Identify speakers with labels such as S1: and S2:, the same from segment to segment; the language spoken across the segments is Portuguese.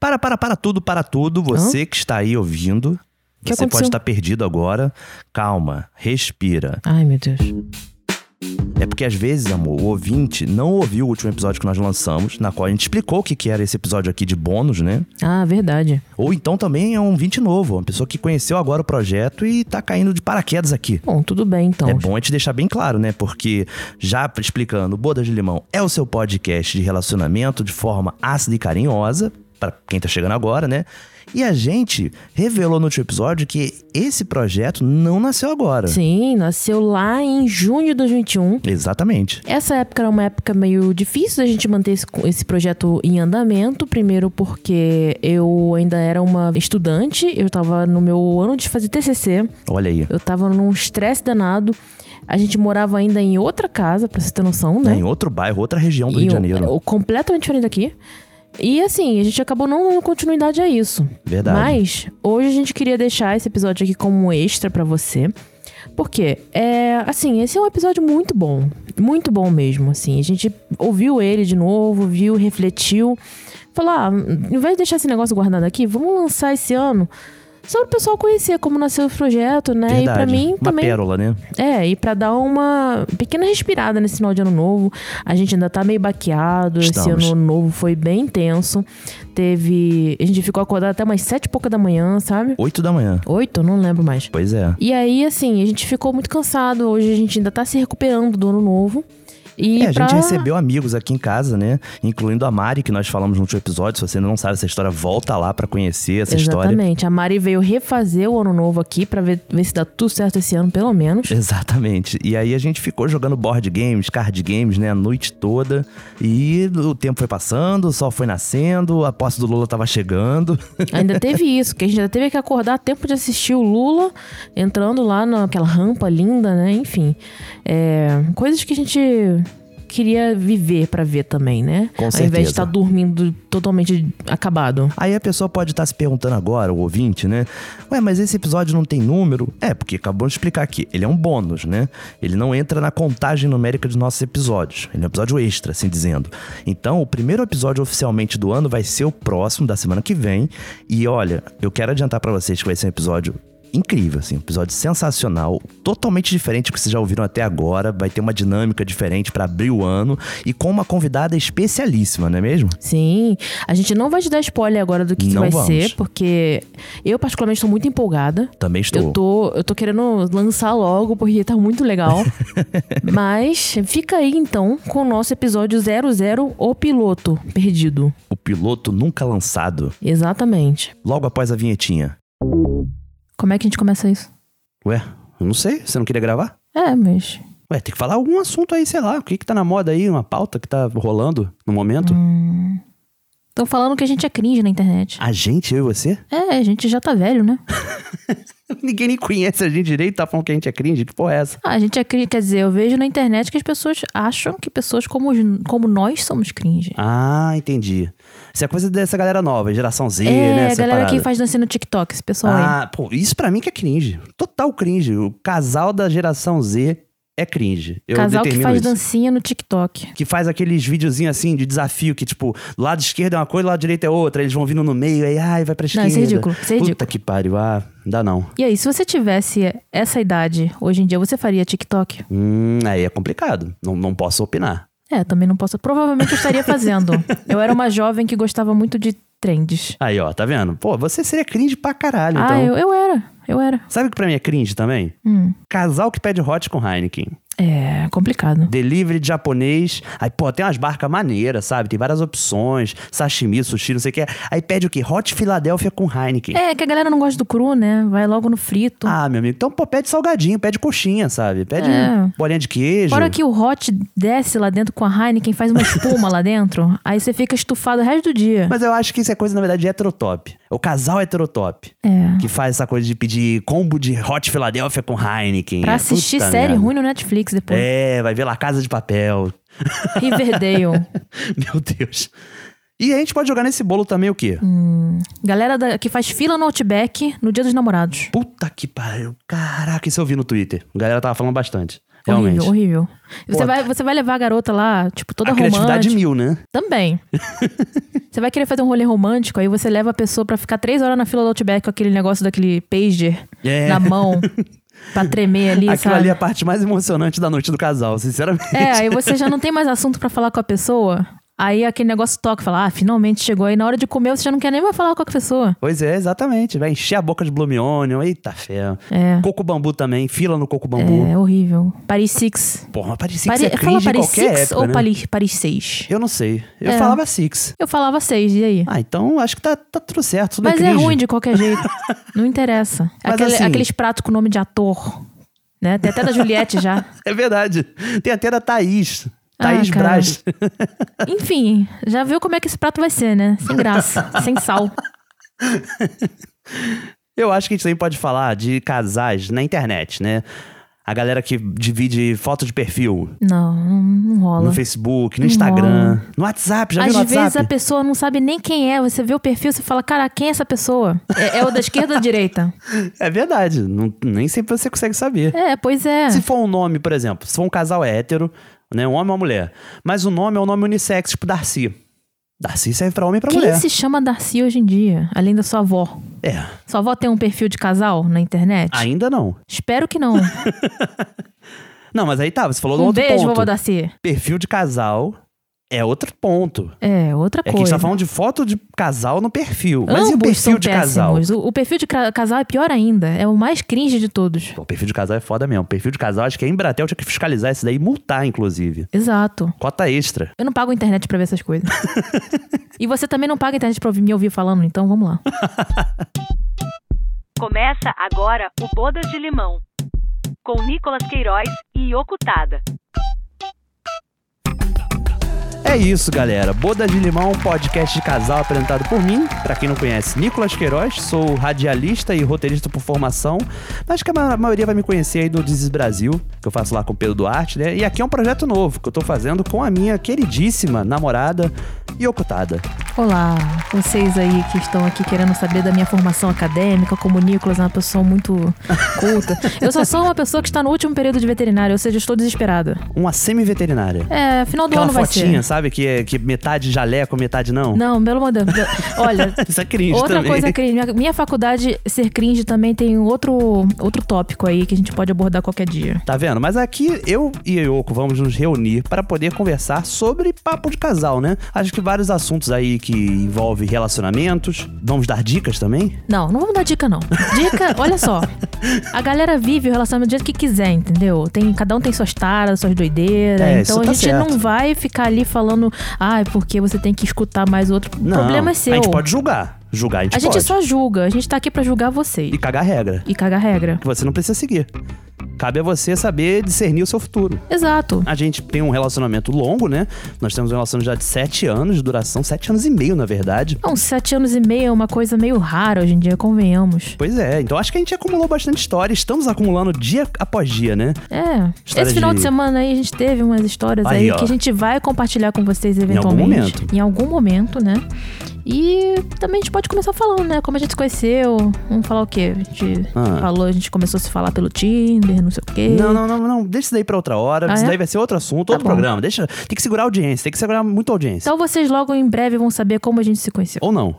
S1: Para, para, para tudo, para tudo. Você que está aí ouvindo,
S2: Que
S1: você pode
S2: aconteceu?
S1: estar perdido agora. Calma, respira.
S2: Ai, meu Deus.
S1: É porque às vezes, amor, o ouvinte não ouviu o último episódio que nós lançamos, na qual a gente explicou o que, que era esse episódio aqui de bônus, né?
S2: Ah, verdade.
S1: Ou então também é um ouvinte novo, uma pessoa que conheceu agora o projeto e tá caindo de paraquedas aqui.
S2: Bom, tudo bem então.
S1: É bom a gente deixar bem claro, né? Porque, já explicando, Bodas de Limão é o seu podcast de relacionamento de forma ácida e carinhosa, para quem tá chegando agora, né? E a gente revelou no último episódio que esse projeto não nasceu agora.
S2: Sim, nasceu lá em junho de 2021.
S1: Exatamente.
S2: Essa época era uma época meio difícil da gente manter esse, esse projeto em andamento. Primeiro, porque eu ainda era uma estudante, eu tava no meu ano de fazer TCC,
S1: Olha aí.
S2: eu tava num estresse danado. A gente morava ainda em outra casa, pra você ter noção, né?
S1: Em outro bairro, outra região do
S2: E
S1: Rio
S2: né?
S1: de
S2: o- é,
S1: Janeiro.
S2: o completamente diferente daqui. E assim, a gente acabou não dando continuidade a isso.
S1: Verdade.
S2: Mas hoje a gente queria deixar esse episódio aqui como um extra pra você. Porque, é, assim, esse é um episódio muito bom. Muito bom mesmo, assim. A gente ouviu ele de novo, viu, refletiu. Falou, ah, ao invés de deixar esse negócio guardado aqui, vamos lançar esse ano. Só pro pessoal conhecer como nasceu o projeto, né?
S1: Verdade.
S2: E pra mim
S1: Uma
S2: também
S1: pérola, né?
S2: é, e pra dar uma pequena respirada nesse final de ano novo. A gente ainda tá meio baqueado.
S1: Estamos.
S2: Esse ano novo foi bem intenso. Teve. A gente ficou acordado até umas sete e pouca da manhã, sabe?
S1: Oito da manhã.
S2: Oito? Não lembro mais.
S1: Pois é.
S2: E aí, assim, a gente ficou muito cansado. Hoje a gente ainda tá se recuperando do ano novo. E
S1: É, a
S2: pra-
S1: gente recebeu amigos aqui em casa, né? Incluindo a Mari, que nós falamos no último episódio. Se você ainda não sabe essa história, volta lá pra conhecer essa história.
S2: Exatamente. A Mari veio refazer o ano novo aqui pra ver, ver se dá tudo certo esse ano, pelo menos.
S1: Exatamente. E aí a gente ficou jogando board games, card games, né? A noite toda. E o tempo foi passando, o sol foi nascendo, a posse do Lula tava chegando.
S2: Ainda teve isso, que a gente ainda teve que acordar a tempo de assistir o Lula entrando lá naquela rampa linda, né? Enfim, é, coisas que a gente queria viver pra ver também, né?
S1: Com
S2: Ao invés
S1: certeza.
S2: de estar dormindo totalmente acabado.
S1: Aí a pessoa pode estar se perguntando agora, o ouvinte, né? Ué, mas esse episódio não tem número? É, porque acabou de explicar aqui. Ele é um bônus, né? Ele não entra na contagem numérica dos nossos episódios. Ele é um episódio extra, assim dizendo. Então, o primeiro episódio oficialmente do ano vai ser o próximo, da semana que vem. E olha, eu quero adiantar pra vocês que vai ser um episódio. Incrível, assim, um episódio sensacional, totalmente diferente do que vocês já ouviram até agora. Vai ter uma dinâmica diferente pra abrir o ano e com uma convidada especialíssima, não é mesmo?
S2: Sim, a gente não vai te dar spoiler agora do que, que
S1: Não
S2: vai
S1: vamos.
S2: ser, porque eu particularmente estou muito empolgada.
S1: Também estou.
S2: Eu tô, eu tô querendo lançar logo, porque tá muito legal. Mas fica aí então com o nosso episódio 00, O Piloto Perdido.
S1: O piloto nunca lançado,
S2: Exatamente.
S1: logo após a vinhetinha.
S2: Como é que a gente começa isso?
S1: Ué, eu não sei, você não queria gravar?
S2: É, mas.
S1: Ué, tem que falar algum assunto aí, sei lá, o que que tá na moda aí, uma pauta que tá rolando no momento?
S2: Hum. Estão falando que a gente é cringe na internet.
S1: A gente, eu e você?
S2: É, a gente já tá velho, né?
S1: Ninguém nem conhece a gente direito, tá falando que a gente é cringe, que porra é essa?
S2: Ah, a gente é cringe. Quer dizer, eu vejo na internet que as pessoas acham que pessoas como, os- como nós somos cringe.
S1: Ah, entendi. Isso é coisa dessa galera nova, geração Z, né?
S2: é, a
S1: essa
S2: galera
S1: parada.
S2: que faz dança no TikTok, esse pessoal aí.
S1: Ah, pô, isso pra mim que é cringe. Total cringe. O casal da geração Z é cringe. Eu
S2: Casal que
S1: determino
S2: faz
S1: isso.
S2: dancinha no TikTok.
S1: que faz aqueles videozinhos assim de desafio que, tipo, lado esquerdo é uma coisa, lado direito é outra, eles vão vindo no meio, aí ai, vai pra
S2: Não,
S1: esquerda.
S2: isso é ridículo. Isso é ridículo.
S1: Puta que pariu, ah, não dá não.
S2: E aí, se você tivesse essa idade hoje em dia, você faria TikTok?
S1: Hum, aí é complicado. Não, não posso opinar.
S2: É, também não posso. Provavelmente eu estaria fazendo. eu era uma jovem que gostava muito de trends.
S1: Aí, ó, tá vendo? Pô, você seria cringe pra caralho,
S2: Ah,
S1: então.
S2: eu, eu era. Eu era.
S1: Sabe o que pra mim é cringe também?
S2: Hum.
S1: Casal que pede hot com Heineken.
S2: É complicado.
S1: Delivery de japonês. Aí, pô, tem umas barcas maneiras, sabe? Tem várias opções. Sashimi, sushi, não sei o que. Aí pede o quê? Hot Filadélfia com Heineken.
S2: É, que a galera não gosta do cru, né? Vai logo no frito.
S1: Ah, meu amigo, então pô, pede salgadinho, pede coxinha, sabe? Pede
S2: É.
S1: bolinha de queijo.
S2: Fora que o hot desce lá dentro com a Heineken, faz uma espuma lá dentro, aí você fica estufado o resto do dia.
S1: Mas eu acho que isso é coisa, na verdade, de heterotop. É o casal heterotop.
S2: É.
S1: Que faz essa coisa de pedir combo de Hot Philadelphia com Heineken.
S2: Pra
S1: É,
S2: assistir
S1: puta
S2: série
S1: merda.
S2: ruim né? no Netflix depois.
S1: É, vai ver lá Casa de Papel. É.
S2: Riverdale.
S1: Meu Deus. E a gente pode jogar nesse bolo também o quê?
S2: Hum. Galera da- que faz fila no Outback no Dia dos Namorados.
S1: Puta que pariu. Caraca, isso eu vi no Twitter. A galera tava falando bastante.
S2: Horrível,
S1: Realmente.
S2: horrível. Você
S1: Pô,
S2: vai, você vai levar a garota lá, tipo, toda
S1: A criatividade
S2: romântica.
S1: mil, né?
S2: Também. você vai querer fazer um rolê romântico, aí você leva a pessoa pra ficar três horas na fila do Outback com aquele negócio daquele pager
S1: É.
S2: na mão, pra tremer ali,
S1: Aquilo
S2: sabe?
S1: ali é a parte mais emocionante da noite do casal, sinceramente.
S2: É, aí você já não tem mais assunto pra falar com a pessoa. Aí aquele negócio toca, fala, ah, finalmente chegou. Aí na hora de comer você já não quer nem mais falar com a pessoa.
S1: Pois é, exatamente. Vai encher a boca de Bloom Onion. Eita fé.
S2: É.
S1: Coco Bambu também, fila no Coco Bambu.
S2: É horrível. Paris 6.
S1: Porra, mas Paris Six
S2: Pari...
S1: é
S2: Fala
S1: cringe em
S2: Paris
S1: qualquer
S2: 6
S1: época,
S2: ou
S1: né?
S2: Paris, Paris 6?
S1: Eu não sei. Eu
S2: É.
S1: falava Six.
S2: Eu falava 6, e aí?
S1: Ah, então acho que tá, tá tudo certo. Tudo
S2: Mas é
S1: cringe.
S2: ruim de qualquer jeito. não interessa.
S1: Mas
S2: Aquele-
S1: assim-
S2: Aqueles pratos com nome de ator. Né? Tem até da Juliette já.
S1: É verdade. Tem até da Thaís.
S2: Ah,
S1: Thaís
S2: cara.
S1: Braz.
S2: Enfim, já viu como é que esse prato vai ser, né? Sem graça, sem sal.
S1: Eu acho que a gente também pode falar de casais na internet, né? A galera que divide foto de perfil
S2: Não, não, não rola.
S1: no Facebook, no Instagram, no WhatsApp, já
S2: Às
S1: viu no
S2: vezes a
S1: WhatsApp?
S2: pessoa não sabe nem quem é. Você vê o perfil, você fala, cara, quem é essa pessoa? É, é o da esquerda ou da direita?
S1: É verdade, não- nem sempre você consegue saber.
S2: É, pois é.
S1: Se for um nome, por exemplo, se for um casal hétero, né, um homem ou uma mulher, mas o nome é um nome unissex, tipo Darcy. Darcy serve pra homem e pra
S2: Quem
S1: mulher.
S2: se chama Darcy hoje em dia, além da sua avó?
S1: É,
S2: Sua avó tem um perfil de casal na internet?
S1: ainda não.
S2: Espero que não.
S1: Não, mas aí tá, você falou do
S2: um
S1: outro
S2: beijo,
S1: ponto.
S2: vovó Darcy.
S1: Perfil de casal é outro ponto.
S2: É, outra
S1: É que a gente
S2: coisa.
S1: tá falando de foto de casal no perfil. Mas e o
S2: Ambos
S1: perfil
S2: são
S1: de
S2: péssimos.
S1: casal?
S2: O, o perfil de cra- casal é pior ainda. É o mais cringe de todos.
S1: Pô, O perfil de casal é foda mesmo. O perfil de casal, acho que a Embratel tinha que fiscalizar isso daí e multar, inclusive.
S2: Exato.
S1: Cota extra.
S2: Eu não pago internet pra ver essas coisas. e você também não paga internet pra ouvir- me ouvir falando, então vamos lá.
S3: Começa agora o Bodas de Limão, com Nicolas Queiroz e Ocutada.
S1: É isso, galera. Boda de Limão, um podcast de casal apresentado por mim. Pra quem não conhece, Nicolas Queiroz. Sou radialista e roteirista por formação. Mas que a ma- maioria vai me conhecer aí do Dizes Brasil, que eu faço lá com o Pedro Duarte, né? E aqui é um projeto novo que eu tô fazendo com a minha queridíssima namorada e ocultada.
S2: Olá, vocês aí que estão aqui querendo saber da minha formação acadêmica, como o Nicolas é uma pessoa muito culta. Eu só sou uma pessoa que está no último período de veterinário, ou seja, eu estou desesperada.
S1: Uma semi-veterinária.
S2: É, final do
S1: Aquela
S2: ano vai
S1: fotinha,
S2: ser.
S1: sabe? Que, é, que metade jaleco, metade não.
S2: Não, pelo amor de Deus. Olha,
S1: Isso é cringe
S2: Outra
S1: também.
S2: coisa cringe. Minha, minha faculdade ser cringe também tem outro, outro tópico aí que a gente pode abordar qualquer dia.
S1: Tá vendo? Mas aqui eu e a Yoko vamos nos reunir para poder conversar sobre papo de casal, né? Acho que vários assuntos aí que envolvem relacionamentos. Vamos dar dicas também?
S2: Não, não vamos dar dica, não. Dica, olha só. A galera vive o relacionamento do jeito que quiser, entendeu? Tem, cada um tem suas taras, suas doideiras.
S1: É, isso
S2: então a
S1: tá
S2: gente
S1: certo.
S2: não vai ficar ali falando, ah, é porque você tem que escutar mais outro. O
S1: Não.
S2: problema é seu.
S1: A gente pode julgar. Julgar a gente
S2: A gente é
S1: pode.
S2: só julga. A gente tá aqui pra julgar vocês.
S1: E cagar regra.
S2: E cagar regra.
S1: Que você não precisa seguir. Cabe a você saber discernir o seu futuro.
S2: Exato.
S1: A gente tem um relacionamento longo, né? Nós temos um relacionamento já de sete anos de duração, sete anos e meio, na verdade.
S2: Não, Então, sete anos e meio é uma coisa meio rara hoje em dia, convenhamos.
S1: Pois é, então acho que a gente acumulou bastante história. Estamos acumulando dia após dia, né?
S2: É.
S1: Histórias
S2: Esse final de...
S1: de
S2: semana aí a gente teve umas histórias
S1: Aí,
S2: aí,
S1: ó.
S2: que a gente vai compartilhar com vocês
S1: algum
S2: eventualmente.
S1: momento.
S2: Em algum momento, né? E também a gente pode começar falando, né? Como a gente se conheceu. Vamos falar o quê? A gente
S1: Ah.
S2: falou, a gente começou a se falar pelo Tinder, não sei o quê.
S1: Não, não, não, não. Deixa isso daí pra outra hora.
S2: Ah,
S1: isso
S2: é?
S1: daí vai ser outro assunto,
S2: Tá
S1: outro
S2: bom.
S1: programa. Deixa. Tem que segurar a audiência, tem que segurar muita audiência.
S2: Então vocês logo em breve vão saber como a gente se conheceu.
S1: Ou não.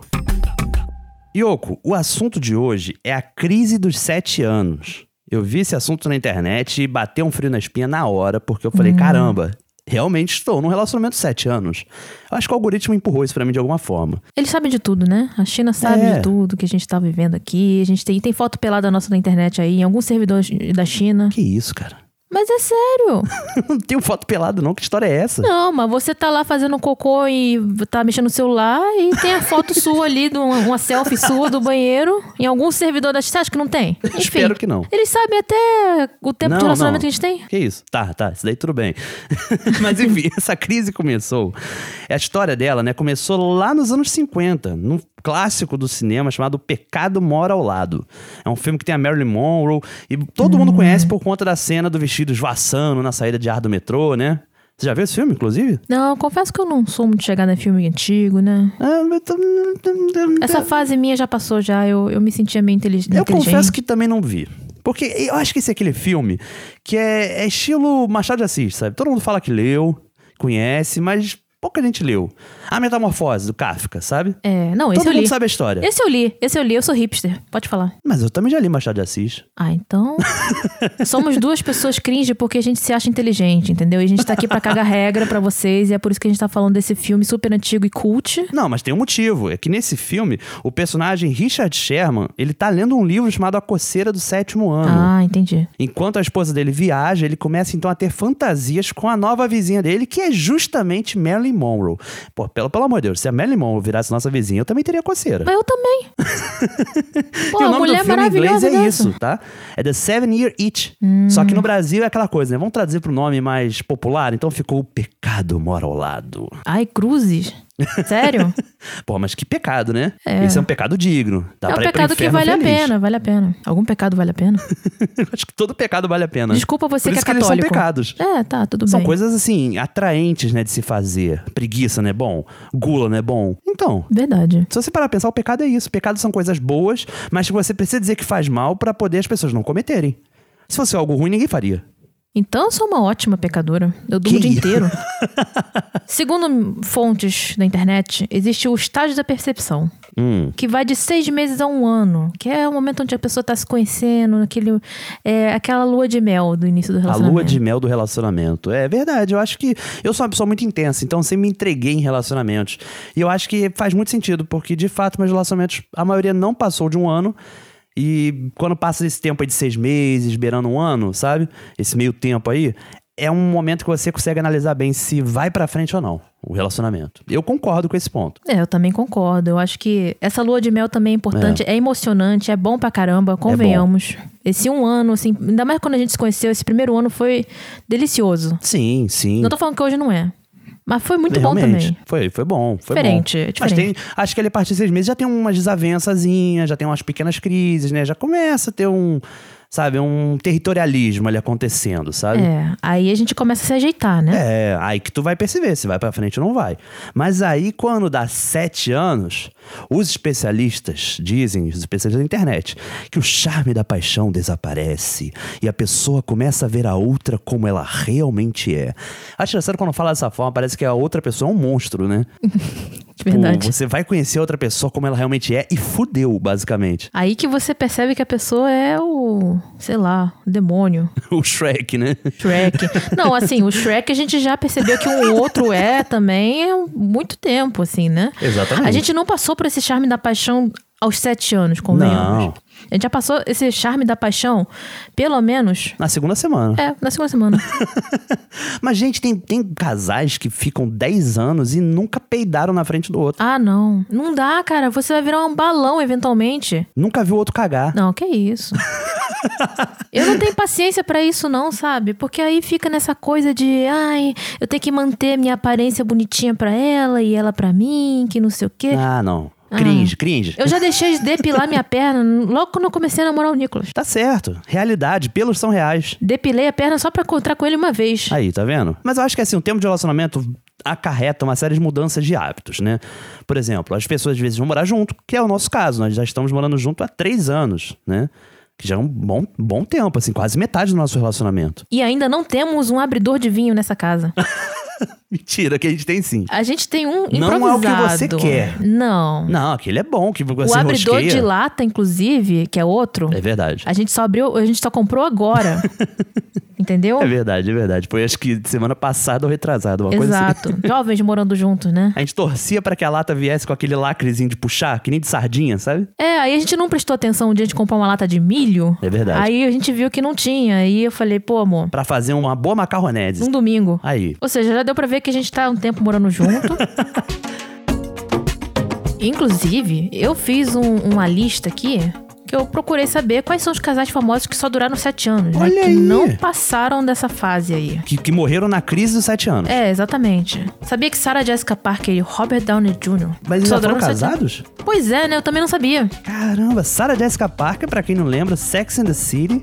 S1: Yoko, o assunto de hoje é a crise dos sete anos. Eu vi esse assunto na internet e bateu um frio na espinha na hora, porque eu
S2: Hum.
S1: falei, caramba, realmente estou num relacionamento de sete anos. Eu acho que o algoritmo empurrou isso pra mim de alguma forma.
S2: Eles sabem de tudo, né? A China sabe
S1: É.
S2: de tudo que a gente tá vivendo aqui. A gente tem, tem foto pelada nossa na internet aí, em alguns servidores da China.
S1: Que isso, cara?
S2: Mas é sério.
S1: Não tenho foto pelada não, que história é essa?
S2: Não, mas você tá lá fazendo cocô e tá mexendo no celular e tem a foto sua ali, de uma, uma selfie sua do banheiro, em algum servidor da Você acha que não tem? Enfim,
S1: Espero que não.
S2: Eles sabem até o tempo
S1: Não,
S2: de
S1: não.
S2: relacionamento que a gente tem.
S1: Que isso? Tá, tá, isso daí tudo bem. Mas enfim, essa crise começou. A história dela, né, começou lá nos anos 50, num clássico do cinema chamado O Pecado Mora ao Lado. É um filme que tem a Marilyn Monroe e todo mundo conhece por conta da cena do vestido esvoaçando na saída de ar do metrô, né? Você já viu esse filme, inclusive?
S2: Não, confesso que eu não sou muito chegada em filme antigo, né?
S1: Ah, eu tô- Então-
S2: Essa fase minha já passou já, eu, eu me sentia meio intelig- inteligente.
S1: Eu confesso que também não vi. Porque eu acho que esse é aquele filme que é, é estilo Machado de Assis, sabe? Todo mundo fala que leu, conhece, mas pouca gente leu. A Metamorfose, do Kafka, sabe?
S2: É, não, esse
S1: Todo
S2: eu
S1: mundo
S2: li.
S1: sabe a história.
S2: Esse eu li, esse eu li, eu sou hipster. Pode falar.
S1: Mas eu também já li Machado de Assis.
S2: Ah, então. Somos duas pessoas cringe porque a gente se acha inteligente, entendeu? E a gente tá aqui pra cagar regra pra vocês, e é por isso que a gente tá falando desse filme super antigo e cult.
S1: Não, mas tem um motivo. É que nesse filme, o personagem Richard Sherman, ele tá lendo um livro chamado A Coceira do Sétimo Ano.
S2: Ah, entendi.
S1: Enquanto a esposa dele viaja, ele começa então a ter fantasias com a nova vizinha dele, que é justamente Marilyn Monroe. Pô, pelo, pelo amor de Deus, se a Marilyn Monroe virasse nossa vizinha, eu também teria coceira.
S2: Mas eu também. Pô,
S1: e o
S2: a
S1: nome
S2: mulher
S1: do filme em inglês
S2: maravilhosa né?
S1: é
S2: dessa.
S1: isso, tá? É The Seven Year Itch. Só que no Brasil é aquela coisa, né? Vamos traduzir pro nome mais popular, então ficou o pecado mora ao lado.
S2: Ai, cruzes. Sério?
S1: Pô, mas que pecado, né? Isso é um pecado digno. Dá
S2: é um
S1: pra ir pro
S2: pecado que
S1: inferno
S2: vale
S1: feliz.
S2: a pena, vale a pena. Algum pecado vale a pena?
S1: Acho que todo pecado vale a pena.
S2: Desculpa
S1: Por
S2: você que é
S1: isso eles
S2: católico.
S1: são pecados.
S2: É, tá, tudo
S1: São
S2: bem.
S1: coisas assim, atraentes, né, de se fazer. Preguiça não é bom, gula não é bom. Então,
S2: Verdade.
S1: se você parar pra pensar, o pecado é isso. Pecado são coisas boas, mas que você precisa dizer que faz mal pra poder as pessoas não cometerem. Se fosse algo ruim, ninguém faria.
S2: Então eu sou uma ótima pecadora. Eu durmo o
S1: Que
S2: dia
S1: isso?
S2: inteiro. Segundo fontes da internet, existe o estágio da percepção,
S1: Hum.
S2: que vai de seis meses a um ano, que é o momento onde a pessoa tá se conhecendo, aquele, é, aquela lua de mel do início do
S1: A
S2: relacionamento.
S1: lua de mel do relacionamento. É verdade, eu acho que. Eu sou uma pessoa muito intensa, então eu sempre me entreguei em relacionamentos. E eu acho que faz muito sentido, porque de fato meus relacionamentos, a maioria não passou de um ano. E quando passa esse tempo aí de seis meses, beirando um ano, sabe? Esse meio tempo aí, é um momento que você consegue analisar bem se vai pra frente ou não o relacionamento. Eu concordo com esse ponto.
S2: É, eu também concordo. Eu acho que essa lua de mel também é importante, é, emocionante, é bom pra caramba, convenhamos. Esse um ano, assim, ainda mais quando a gente se conheceu, esse primeiro ano foi delicioso.
S1: Sim, sim.
S2: Não tô falando que hoje não é. Mas foi muito bom
S1: Realmente.
S2: também.
S1: Foi, foi bom. Foi
S2: Diferente,
S1: bom.
S2: é
S1: Mas tem,
S2: diferente.
S1: acho que ali a partir de seis meses já tem umas desavençazinhas, já tem umas pequenas crises, né? Já começa a ter um, sabe, um territorialismo ali acontecendo, sabe?
S2: É, aí a gente começa a se ajeitar, né?
S1: É, aí que tu vai perceber se vai pra frente ou não vai. Mas aí, quando dá sete anos, os especialistas dizem, os especialistas da internet, que o charme da paixão desaparece e a pessoa começa a ver a outra como ela realmente é. Acho engraçado quando fala dessa forma, parece que a outra pessoa é um monstro, né?
S2: de
S1: Tipo,
S2: verdade.
S1: você vai conhecer outra pessoa como ela realmente é e fudeu, basicamente.
S2: Aí que você percebe que a pessoa é o, sei lá, o demônio,
S1: O Shrek, né?
S2: Shrek. Não, assim, o Shrek a gente já percebeu que um outro é também há muito tempo, assim, né?
S1: Exatamente.
S2: A gente não passou por esse charme da paixão aos sete anos, convenhamos.
S1: Não.
S2: A gente já passou esse charme da paixão, pelo menos,
S1: Na segunda semana.
S2: é, na segunda semana.
S1: Mas, gente, tem, tem casais que ficam 10 anos e nunca peidaram na frente do outro.
S2: ah, não. Não dá, cara. Você vai virar um balão, eventualmente.
S1: Nunca viu o outro cagar.
S2: Não, que isso. eu não tenho paciência pra isso não, sabe? Porque aí fica nessa coisa de, ai, eu tenho que manter minha aparência bonitinha pra ela e ela pra mim, que não sei o quê.
S1: Ah, não. Cringe, cringe.
S2: Eu já deixei de depilar minha perna logo quando eu comecei a namorar o Nicolas.
S1: Tá certo. Realidade, pelos são reais.
S2: Depilei a perna só pra encontrar com ele uma vez.
S1: Aí, tá vendo? Mas eu acho que assim, o tempo de relacionamento acarreta uma série de mudanças de hábitos, né? Por exemplo, as pessoas às vezes vão morar junto, que é o nosso caso, nós já estamos morando junto há três anos, né? Que já é um bom, bom tempo, assim, quase metade do nosso relacionamento.
S2: E ainda não temos um abridor de vinho nessa casa.
S1: Mentira, que a gente tem sim.
S2: A gente tem um
S1: Não é
S2: improvisado.
S1: o que você quer.
S2: Não.
S1: Não, aquele é bom, que você
S2: o abridor
S1: rosqueia.
S2: de lata, inclusive, que é outro,
S1: É verdade.
S2: a gente só abriu, a gente só comprou agora. Entendeu?
S1: É verdade, é verdade. Foi acho que semana passada ou retrasada, uma coisa assim.
S2: Exato. Jovens morando juntos, né?
S1: A gente torcia pra que a lata viesse com aquele lacrezinho de puxar, que nem de sardinha, sabe?
S2: É, aí a gente não prestou atenção um dia de comprar uma lata de milho.
S1: É verdade.
S2: Aí a gente viu que não tinha. Aí eu falei, pô, amor,
S1: Pra fazer uma boa macarronese.
S2: um domingo.
S1: Aí.
S2: Ou seja, já deu pra ver que a gente tá há um tempo morando junto. Inclusive, eu fiz um- uma lista aqui que eu procurei saber quais são os casais famosos que só duraram sete anos, né?
S1: Olha
S2: Que
S1: aí.
S2: não passaram dessa fase aí.
S1: Que, que morreram na crise dos sete anos.
S2: É, exatamente. Sabia que Sarah Jessica Parker e Robert Downey Jr.
S1: Mas eles
S2: só
S1: já foram
S2: duraram sete
S1: casados?
S2: anos? Pois é, né? Eu também não sabia.
S1: Caramba, Sarah Jessica Parker, pra quem não lembra, Sex and the City.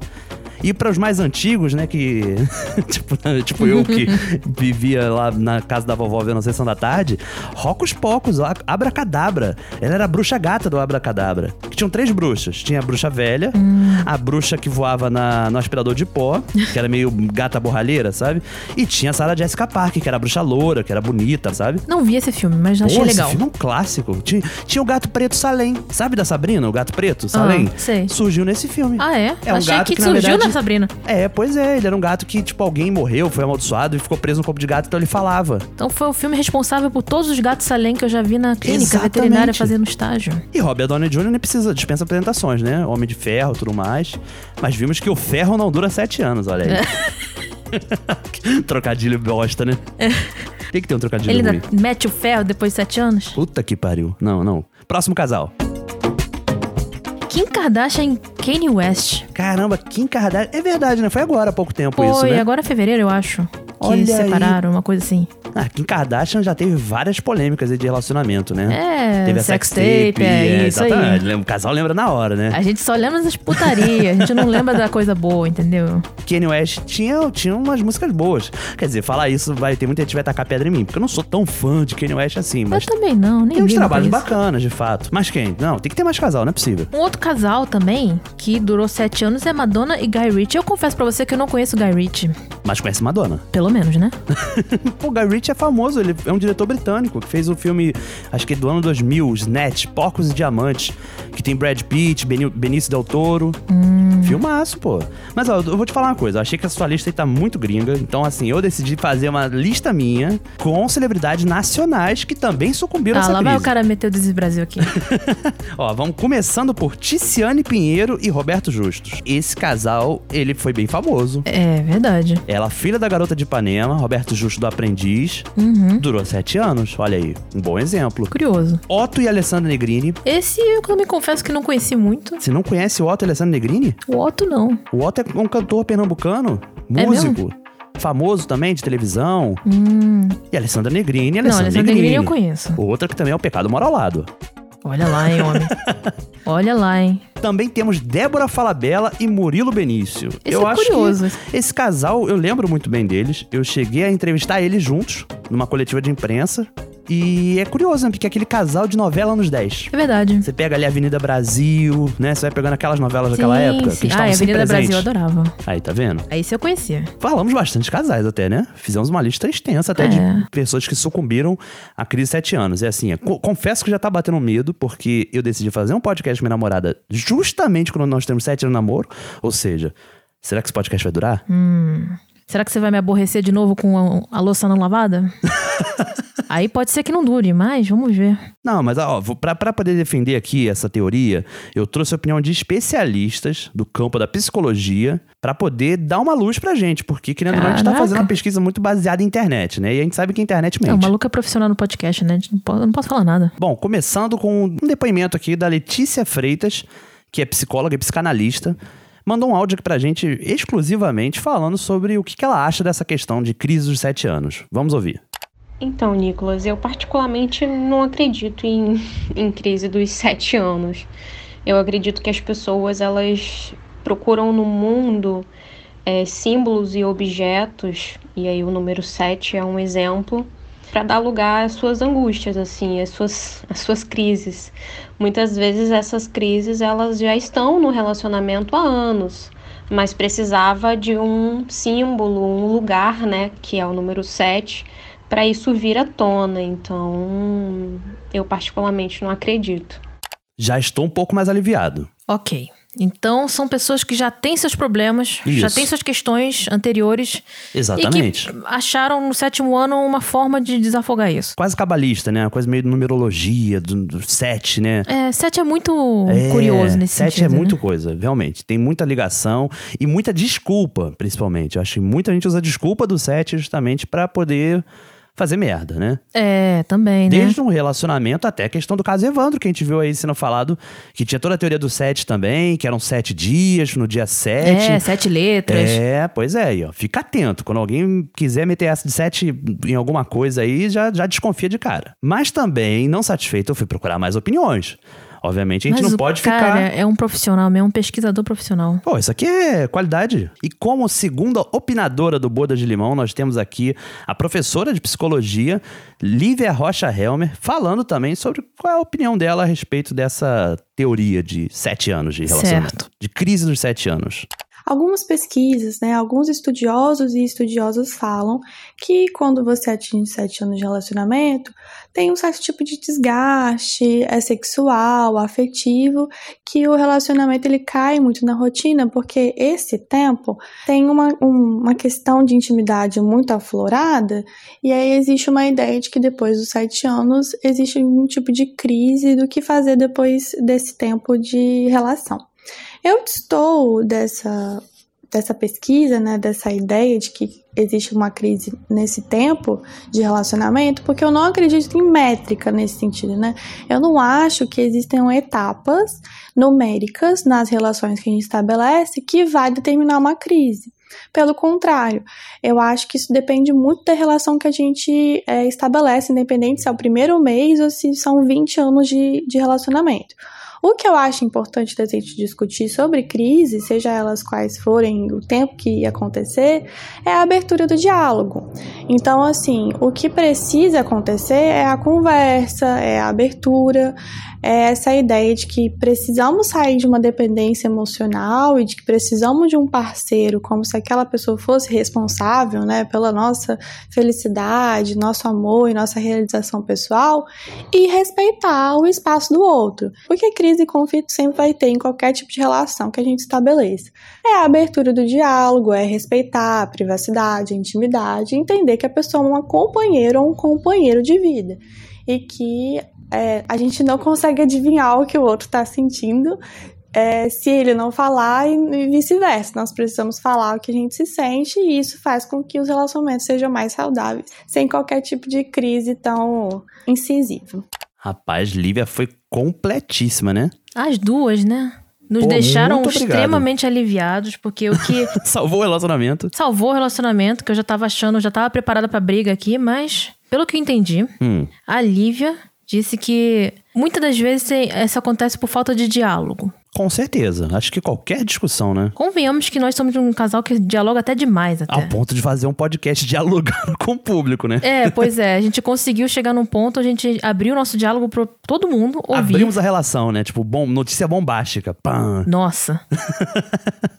S1: E para os mais antigos, né, que tipo, tipo eu que vivia lá na casa da vovó vendo a sessão da tarde, Rocos Pocos, lá, Abracadabra. Ela era a bruxa gata do Abracadabra. Que tinham três bruxas. Tinha a bruxa velha,
S2: Hum.
S1: a bruxa que voava na, no aspirador de pó, que era meio gata borralheira, sabe? E tinha a Sarah Jessica Parker, que era a bruxa loura, que era bonita, sabe?
S2: Não vi esse filme, mas achei
S1: Pô, esse
S2: legal.
S1: filme é um clássico. Tinha, tinha o gato preto Salem. Sabe da Sabrina, o gato preto Salem?
S2: Ah, sei.
S1: Surgiu nesse filme.
S2: Ah, é?
S1: É um
S2: achei
S1: gato
S2: que,
S1: que, na
S2: surgiu
S1: verdade-
S2: na Sabrina.
S1: É, pois é. Ele era um gato que, tipo, alguém morreu, foi amaldiçoado e ficou preso no corpo de gato, então ele falava.
S2: Então foi o filme responsável por todos os gatos Salem que eu já vi na clínica
S1: Exatamente.
S2: veterinária fazendo estágio.
S1: E Robert Downey Jr. nem precisa, dispensa apresentações, né? Homem de ferro tudo mais. Mas vimos que o ferro não dura sete anos, olha aí. trocadilho bosta, né? Tem que ter um trocadilho
S2: É. Ele
S1: ruim.
S2: ainda mete o ferro depois de sete anos?
S1: Puta que pariu. Não, não. Próximo casal.
S2: Kim Kardashian e Kanye West.
S1: Caramba, Kim Kardashian. É verdade, né? Foi agora há pouco tempo
S2: Foi
S1: isso, né?
S2: agora em fevereiro, eu acho. Que
S1: Olha aí.
S2: separaram, uma coisa assim.
S1: Ah, Kim Kardashian já teve várias polêmicas aí de relacionamento, né?
S2: É,
S1: teve a
S2: sex
S1: sextape,
S2: tape, é, isso aí.
S1: exatamente. Lembra- O casal lembra na hora, né?
S2: A gente só lembra das putarias, a gente não lembra da coisa boa, entendeu?
S1: Kanye West tinha, tinha umas músicas boas. Quer dizer, falar isso, vai ter muita gente que vai tacar pedra em mim, porque eu não sou tão fã de Kanye West assim,
S2: Eu
S1: mas
S2: também não, nem
S1: tem uns
S2: ligo pra
S1: trabalhos
S2: isso.
S1: bacanas, de fato. Mas quem? Não, tem que ter mais casal, não é possível.
S2: Um outro casal também, que durou sete anos, é Madonna e Guy Ritchie. Eu confesso pra você que eu não conheço o Guy Ritchie.
S1: Mas conhece Madonna.
S2: Pelo menos, né?
S1: O Guy Ritchie é famoso, ele é um diretor britânico que fez o filme, acho que é do ano 2000, Snatch, Porcos e Diamantes, que tem Brad Pitt, Beni- Benício Del Toro. Filmaço, pô. Mas ó, eu vou te falar uma coisa, eu achei que a sua lista aí tá muito gringa, então assim, eu decidi fazer uma lista minha com celebridades nacionais que também sucumbiram a
S2: ah,
S1: essa
S2: lá
S1: crise.
S2: vai o cara meter o Desi Brasil aqui.
S1: Ó, vamos começando por Ticiane Pinheiro e Roberto Justus. Esse casal, ele foi bem famoso.
S2: é verdade.
S1: Ela, filha da garota de Ipanema, Roberto Justo do Aprendiz,
S2: Uhum.
S1: durou sete anos. Olha aí, um bom exemplo.
S2: Curioso.
S1: Otto e Alessandra Negrini.
S2: Esse eu também confesso que não conheci muito.
S1: Você não conhece o Otto e Alessandra Negrini?
S2: O Otto não.
S1: O Otto é um cantor pernambucano,
S2: É
S1: músico, famoso também de televisão.
S2: Hum.
S1: E Alessandra Negrini,
S2: Não,
S1: Alessandra
S2: Alessandra
S1: Negrini.
S2: Negrini eu conheço.
S1: Outra que também é o pecado mora ao lado.
S2: Olha lá, hein, homem. Olha lá, hein.
S1: Também temos Débora Falabella e Murilo Benício.
S2: Esse
S1: eu
S2: é
S1: acho
S2: curioso.
S1: Que esse casal, eu lembro muito bem deles. Eu cheguei a entrevistar eles juntos, numa coletiva de imprensa. E é curioso, né? Porque é aquele casal de novela anos 10.
S2: É verdade.
S1: Você pega ali Avenida Brasil, né? Você vai pegando aquelas novelas daquela
S2: sim,
S1: época.
S2: Sim.
S1: Que
S2: Ah,
S1: estavam
S2: e
S1: sempre
S2: Avenida Brasil eu
S1: presentes.
S2: adorava.
S1: Aí, tá vendo?
S2: Aí se eu conhecia.
S1: Falamos bastante de casais até, né? Fizemos uma lista extensa até de
S2: É.
S1: pessoas que sucumbiram à crise de sete anos. É assim, é, co- confesso que já tá batendo medo, porque eu decidi fazer um podcast com minha namorada justamente quando nós temos sete anos de namoro. Ou seja, será que esse podcast vai durar?
S2: Hum. Será que você vai me aborrecer de novo com a, a louça não lavada? Aí pode ser que não dure, mas vamos ver.
S1: Não, mas ó, vou- pra, pra poder defender aqui essa teoria, eu trouxe a opinião de especialistas do campo da psicologia pra poder dar uma luz pra gente, porque querendo ou não, a gente tá
S2: Caraca.
S1: fazendo uma pesquisa muito baseada em internet, né? E a gente sabe que a internet mente.
S2: É, o maluco é profissional no podcast, né? A gente Não po- eu não posso falar nada.
S1: Bom, começando com um depoimento aqui da Letícia Freitas, que é psicóloga e psicanalista, mandou um áudio aqui pra gente exclusivamente falando sobre o que que ela acha dessa questão de crise dos sete anos. Vamos ouvir.
S4: Então, Nicolas, eu particularmente não acredito em, em crise dos sete anos. Eu acredito que as pessoas elas procuram no mundo eh, símbolos e objetos, e aí o número sete é um exemplo, para dar lugar às suas angústias, assim, às suas, às suas crises. Muitas vezes essas crises elas já estão no relacionamento há anos, mas precisava de um símbolo, um lugar, né, que é o número sete para isso vir à tona. Então, eu particularmente não acredito.
S1: Já estou um pouco mais aliviado.
S2: Ok. Então são pessoas que já têm seus problemas, já
S1: Isso.
S2: têm suas questões anteriores
S1: Exatamente.
S2: e que acharam no sétimo ano uma forma de desafogar isso.
S1: Quase cabalista, né? Uma coisa meio de numerologia, do, do sete, né?
S2: É, sete é muito
S1: É,
S2: curioso nesse
S1: sete
S2: sentido.
S1: é muito
S2: né?
S1: coisa, realmente. Tem muita ligação e muita desculpa, principalmente. Eu acho que muita gente usa desculpa do sete justamente pra poder fazer merda, né?
S2: É, também, né?
S1: Desde um relacionamento até a questão do caso Evandro, que a gente viu aí sendo falado, que tinha toda a teoria do sete também, que eram sete dias, no dia
S2: É,
S1: sete.
S2: sete letras.
S1: É, pois é, aí, ó. Fica atento. Quando alguém quiser meter essa de sete em alguma coisa aí, já, já desconfia de cara. Mas também, não satisfeito, eu fui procurar mais opiniões. Obviamente a gente
S2: Mas
S1: não
S2: o
S1: pode
S2: cara
S1: ficar.
S2: é um profissional mesmo, um pesquisador profissional.
S1: Pô, isso aqui é qualidade. E como segunda opinadora do Boda de Limão, nós temos aqui a professora de psicologia, Lívia Rocha Helmer, falando também sobre qual é a opinião dela a respeito dessa teoria de sete anos de relacionamento.
S2: Certo.
S1: De crise dos sete anos.
S5: Algumas pesquisas, né, alguns estudiosos e estudiosas falam que quando você atinge sete anos de relacionamento, tem um certo tipo de desgaste, é sexual, afetivo, que o relacionamento ele cai muito na rotina, porque esse tempo tem uma, um- uma questão de intimidade muito aflorada, e aí existe uma ideia de que depois dos sete anos existe um tipo de crise do que fazer depois desse tempo de relação. Eu estou dessa, dessa pesquisa, né, dessa ideia de que existe uma crise nesse tempo de relacionamento, porque eu não acredito em métrica nesse sentido, né? Eu não acho que existam etapas numéricas nas relações que a gente estabelece que vai determinar uma crise. Pelo contrário, eu acho que isso depende muito da relação que a gente eh, estabelece, independente se é o primeiro mês ou se são 20 anos de, de relacionamento. O que eu acho importante da gente discutir sobre crise, seja elas quais forem, o tempo que acontecer, é a abertura do diálogo. Então, assim, o que precisa acontecer é a conversa, é a abertura, é essa ideia de que precisamos sair de uma dependência emocional e de que precisamos de um parceiro, como se aquela pessoa fosse responsável, né, pela nossa felicidade, nosso amor e nossa realização pessoal, e respeitar o espaço do outro. Porque crise e conflito sempre vai ter em qualquer tipo de relação que a gente estabeleça. É a abertura do diálogo, é respeitar a privacidade, a intimidade, entender que a pessoa é uma companheira ou um companheiro de vida. E que é, a gente não consegue adivinhar o que o outro está sentindo é, se ele não falar e e vice-versa. Nós precisamos falar o que a gente se sente e isso faz com que os relacionamentos sejam mais saudáveis, sem qualquer tipo de crise tão incisiva.
S1: Rapaz, Lívia foi completíssima, né?
S2: As duas, né? Nos
S1: Pô,
S2: deixaram
S1: muito obrigado.
S2: extremamente aliviados, porque o que
S1: Salvou o relacionamento.
S2: salvou o relacionamento, que eu já tava achando, já tava preparada pra briga aqui, mas pelo que eu entendi,
S1: Hum.
S2: a Lívia disse que muitas das vezes tem- isso acontece por falta de diálogo.
S1: Com certeza. Acho que qualquer discussão, né?
S2: Convenhamos que nós somos um casal que dialoga até demais até.
S1: Ao ponto de fazer um podcast dialogando com o público, né?
S2: É, pois é, a gente conseguiu chegar num ponto, a gente abriu o nosso diálogo pra todo mundo ouvir.
S1: Abrimos a relação, né? Tipo, bom, notícia bombástica. Pam.
S2: Nossa.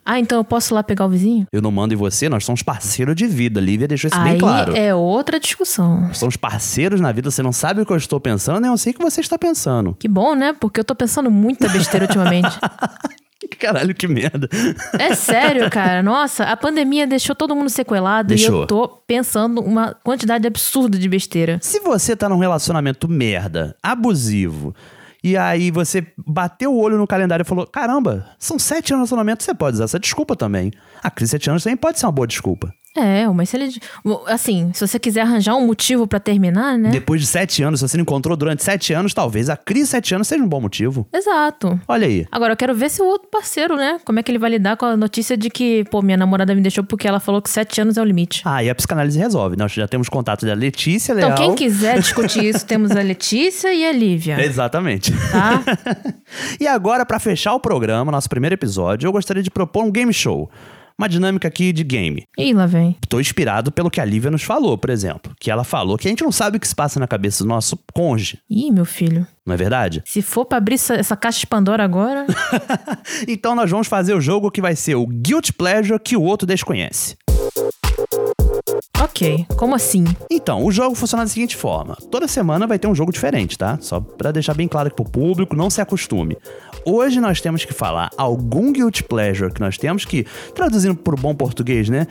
S2: ah, então eu posso ir lá pegar o vizinho?
S1: Eu não mando em você, nós somos parceiros de vida. Lívia deixou isso bem
S2: Aí
S1: claro.
S2: é outra discussão.
S1: Nós somos parceiros na vida, você não sabe o que eu estou pensando, nem eu sei o que você está pensando.
S2: Que bom, né? Porque eu tô pensando muita besteira ultimamente.
S1: Caralho, que merda.
S2: É sério, cara. Nossa, a pandemia deixou todo mundo sequelado e
S1: Deixou.
S2: eu tô pensando uma quantidade absurda de besteira.
S1: Se você tá num relacionamento merda, abusivo, e aí você bateu o olho no calendário e falou: caramba, são sete anos de relacionamento, você pode usar essa desculpa também. A crise de sete anos também pode ser uma boa desculpa.
S2: É, mas se ele. Assim, se você quiser arranjar um motivo pra terminar, né?
S1: Depois de sete anos, se você não encontrou durante sete anos, talvez a crise de sete anos seja um bom motivo.
S2: Exato.
S1: Olha aí.
S2: Agora, eu quero ver se o outro parceiro, né? Como é que ele vai lidar com a notícia de que, pô, minha namorada me deixou porque ela falou que sete anos é o limite.
S1: Ah, e a psicanálise resolve. Nós já temos contato da Letícia Leal.
S2: Então, quem quiser discutir isso, temos a Letícia e a Lívia,
S1: Exatamente.
S2: tá?
S1: E agora, pra fechar o programa, nosso primeiro episódio, eu gostaria de propor um game show. Uma dinâmica aqui de game.
S2: Ih, lá vem.
S1: Tô inspirado pelo que a Lívia nos falou, por exemplo. Que ela falou que a gente não sabe o que se passa na cabeça do nosso cônjuge,
S2: Ih, meu filho.
S1: não é verdade?
S2: Se for pra abrir essa, essa caixa de Pandora agora.
S1: Então nós vamos fazer o jogo que vai ser o Guilt Pleasure que o outro desconhece.
S2: ok, como assim?
S1: Então, o jogo funciona da seguinte forma: toda semana vai ter um jogo diferente, tá? Só pra deixar bem claro aqui pro público, não se acostume. Hoje nós temos que falar algum guilt pleasure que nós temos que, traduzindo pro bom português, né?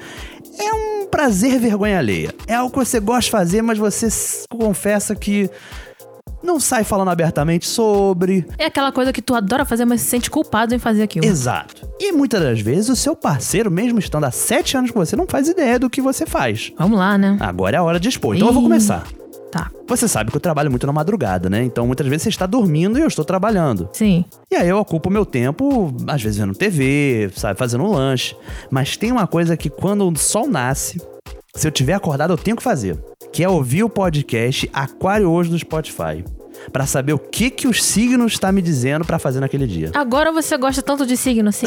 S1: É um prazer vergonha alheia. É algo que você gosta de fazer, mas você s- confessa que não sai falando abertamente sobre.
S2: É aquela coisa que tu adora fazer, mas se sente culpado em fazer aquilo.
S1: Exato. E muitas das vezes o seu parceiro, mesmo estando há sete anos com você, não faz ideia do que você faz.
S2: Vamos lá, né?
S1: Agora é a hora de expor. Então eu vou
S2: Ih.
S1: começar.
S2: Tá.
S1: Você sabe que eu trabalho muito na madrugada, né? Então muitas vezes você está dormindo e eu estou trabalhando.
S2: Sim.
S1: E aí eu ocupo meu tempo, às vezes vendo TV, sabe, fazendo um lanche. Mas tem uma coisa que quando o sol nasce, se eu tiver acordado, eu tenho que fazer. Que é ouvir o podcast Aquário Hoje do Spotify. pra saber o que que os signos está me dizendo pra fazer naquele dia.
S2: Agora você gosta tanto de signo, assim.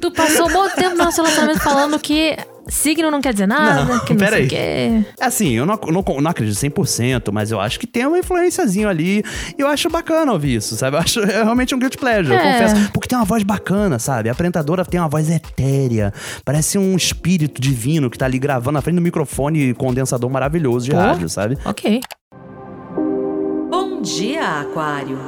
S2: tu passou um bom tempo no nosso relacionamento falando que signo não quer dizer nada,
S1: Não,
S2: que não sei
S1: peraí.
S2: o quê.
S1: Assim, eu não, ac- não, co- não acredito 100%, mas eu acho que tem uma influenciazinha ali. E eu acho bacana ouvir isso, sabe? Eu acho é realmente um guilty pleasure, eu
S2: É.
S1: confesso. Porque tem uma voz bacana, sabe? A apresentadora tem uma voz etérea. Parece um espírito divino que tá ali gravando na frente do microfone condensador maravilhoso de
S2: Pô.
S1: rádio, sabe?
S2: Ok.
S6: Bom dia, Aquário.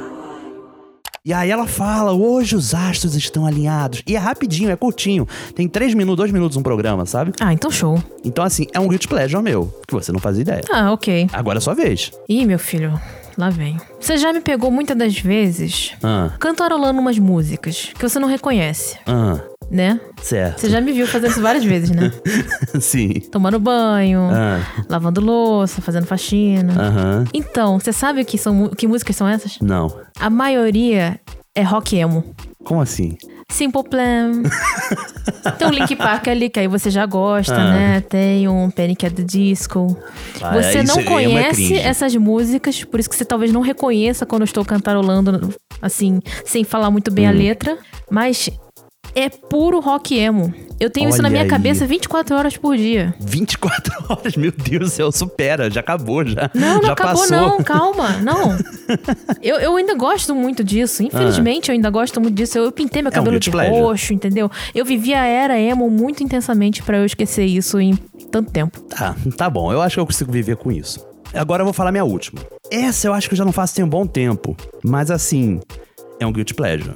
S1: E aí ela fala, hoje os astros estão alinhados. E é rapidinho, é curtinho. Tem três minutos, dois minutos um programa, sabe?
S2: Ah, então show.
S1: Então, assim, é um guilty pleasure meu, que você não fazia ideia.
S2: Ah, ok.
S1: Agora é a sua vez.
S2: Ih, meu filho, lá vem. Você já me pegou muitas das vezes
S1: Ah,
S2: cantarolando umas músicas que você não reconhece,
S1: ah,
S2: né?
S1: certo.
S2: Você já me viu fazer isso várias vezes, né?
S1: Sim.
S2: Tomando banho,
S1: Ah,
S2: lavando louça, fazendo faxina.
S1: aham.
S2: Então, você sabe que, são, mu- que músicas são essas?
S1: Não.
S2: A maioria é rock emo.
S1: Como assim?
S2: Simple Plan. Tem um Link Park ali, que aí você já gosta,
S1: Ah.
S2: né? Tem um Panic! at the Disco.
S1: Ah,
S2: você
S1: isso
S2: não
S1: é- é uma
S2: conhece
S1: cringe.
S2: essas músicas, por isso que você talvez não reconheça quando eu estou cantarolando, assim, sem falar muito
S1: Hum.
S2: bem a letra. Mas é puro rock emo. Eu tenho isso na
S1: Olha
S2: minha
S1: aí.
S2: cabeça 24 horas por dia.
S1: 24 horas, meu Deus do céu, supera, já acabou, já.
S2: Ah, Não, não
S1: já
S2: acabou
S1: passou.
S2: não, calma, não. Eu, eu ainda gosto muito disso, infelizmente eu ainda gosto muito disso. Eu, eu pintei meu
S1: Ah. É um
S2: cabelo
S1: guilty
S2: de
S1: pleasure.
S2: roxo, entendeu? Eu vivi a era emo muito intensamente pra eu esquecer isso em tanto tempo.
S1: Tá, tá bom, eu acho que eu consigo viver com isso. Agora eu vou falar minha última. Essa eu acho que eu já não faço tem um bom tempo, mas assim, é um guilty pleasure.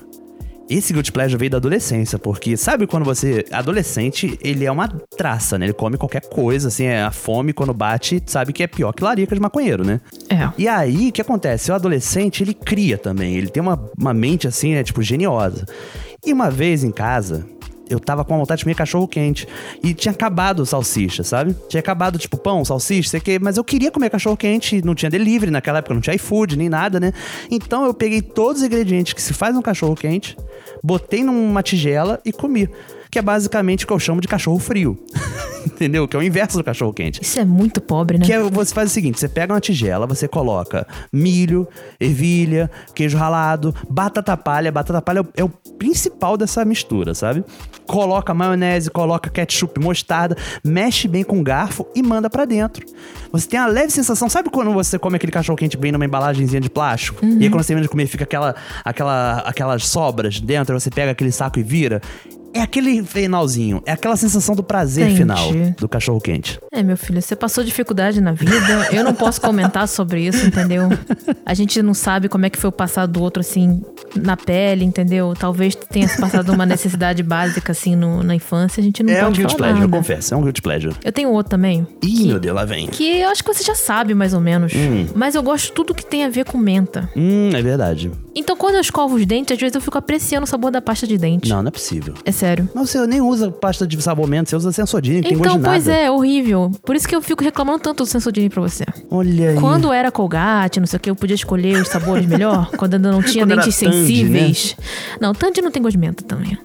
S1: Esse guilty pleasure veio da adolescência, porque sabe quando você. Adolescente, ele é uma traça, né? Ele come qualquer coisa, assim, é a fome quando bate, sabe que é pior que larica de maconheiro, né?
S2: É.
S1: E aí, o que acontece? O adolescente, ele cria também. Ele tem uma, uma mente, assim, né? Tipo, geniosa. E uma vez em casa, eu tava com uma vontade de comer cachorro quente. E tinha acabado o salsicha, sabe? Tinha acabado, tipo, pão, salsicha, sei o quê. Mas eu queria comer cachorro quente. Não tinha delivery naquela época, não tinha iFood, nem nada, né? Então, eu peguei todos os ingredientes que se faz um cachorro quente, botei numa tigela e comi. Que é basicamente o que eu chamo de cachorro frio. Entendeu? Que é o inverso do cachorro quente.
S2: Isso é muito pobre, né?
S1: Que é, você faz o seguinte: você pega uma tigela, você coloca milho, ervilha, queijo ralado, batata palha. Batata palha é o, é o principal dessa mistura, sabe? Coloca maionese, coloca ketchup, mostarda, mexe bem com garfo e manda pra dentro. Você tem uma leve sensação, sabe quando você come aquele cachorro quente bem numa embalagenzinha de plástico?
S2: Uhum.
S1: E aí quando você termina de comer, fica aquela, aquela, aquelas sobras dentro, aí você pega aquele saco e vira. É aquele finalzinho, é aquela sensação do prazer
S2: Entendi.
S1: final do cachorro quente.
S2: É, meu filho, você passou dificuldade na vida. Eu não posso comentar sobre isso, entendeu? A gente não sabe como é que foi o passado do outro, assim, na pele, entendeu? Talvez tenha se passado uma necessidade básica, assim, no- na infância. A gente não
S1: É um
S2: pode
S1: guilty
S2: falar
S1: pleasure, eu
S2: nada.
S1: confesso. É um guilty pleasure.
S2: Eu tenho outro também,
S1: Ih, meu Deus, lá vem.
S2: que eu acho que você já sabe, mais ou menos. Mas eu gosto de tudo que tem a ver com menta.
S1: Hum, é verdade.
S2: Então, quando eu escovo os dentes, às vezes eu fico apreciando o sabor da pasta de dente.
S1: Não, não é possível.
S2: É sério.
S1: Mas você nem usa pasta de sabor menta, você usa sensodinho, que tem gosto
S2: Então,
S1: de
S2: pois
S1: nada.
S2: é, horrível. Por isso que eu fico reclamando tanto do Sensodyne pra você.
S1: Olha aí.
S2: Quando era Colgate, não sei o que, eu podia escolher os sabores melhor. quando ainda não tinha
S1: Quando era
S2: dentes
S1: Tandy, né?
S2: sensíveis. Não, Tandy não tem gosto de menta também.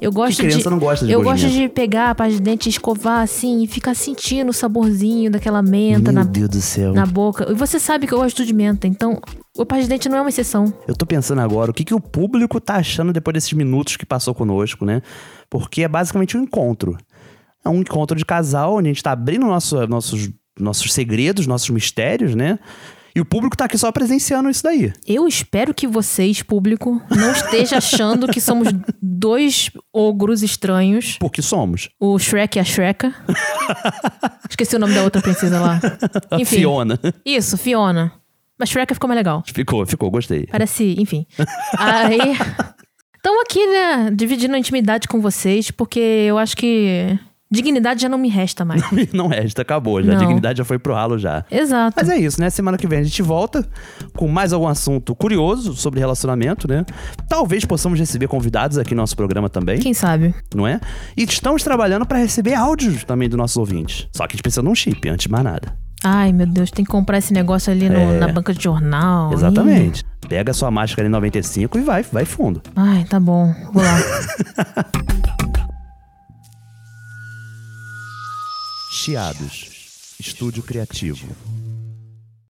S2: Eu gosto
S1: criança
S2: de,
S1: não gosta de
S2: Eu
S1: gosto de
S2: gosto de pegar a parte de dente, escovar assim e ficar sentindo o saborzinho daquela menta
S1: Meu
S2: na,
S1: Deus do céu.
S2: na boca. E você sabe que eu gosto de menta, então o parte de dente não é uma exceção.
S1: Eu tô pensando agora, o que, que o público tá achando depois desses minutos que passou conosco, né? Porque é basicamente um encontro. É um encontro de casal, onde a gente tá abrindo nosso- nossos, nossos segredos, nossos mistérios, né? E o público tá aqui só presenciando isso daí.
S2: Eu espero que vocês, público, não esteja achando que somos dois ogros estranhos.
S1: Porque somos.
S2: O Shrek e a Shreka. Esqueci o nome da outra princesa lá.
S1: A
S2: Enfim.
S1: Fiona.
S2: Isso, Fiona. Mas Shrek ficou mais legal.
S1: Ficou, ficou, gostei.
S2: Parece, enfim. Aí. Estamos aqui, né? Dividindo a intimidade com vocês, porque eu acho que dignidade já não me resta mais.
S1: Não resta, acabou já. A
S2: Não.
S1: dignidade já foi pro ralo já.
S2: Exato.
S1: Mas é isso, né? Semana que vem a gente volta com mais algum assunto curioso sobre relacionamento, né? Talvez possamos receber convidados aqui no nosso programa também,
S2: Quem sabe?
S1: não é? E estamos trabalhando pra receber áudios também dos nossos ouvintes. Só que a gente precisa de um chip, antes de mais nada.
S2: Ai, meu Deus, tem que comprar esse negócio ali no-
S1: É.
S2: na banca de jornal. Ih.
S1: Exatamente. Pega a sua máscara em 95 e vai, vai fundo.
S2: Ai, tá bom. Vou lá.
S1: Chiados. Estúdio Criativo.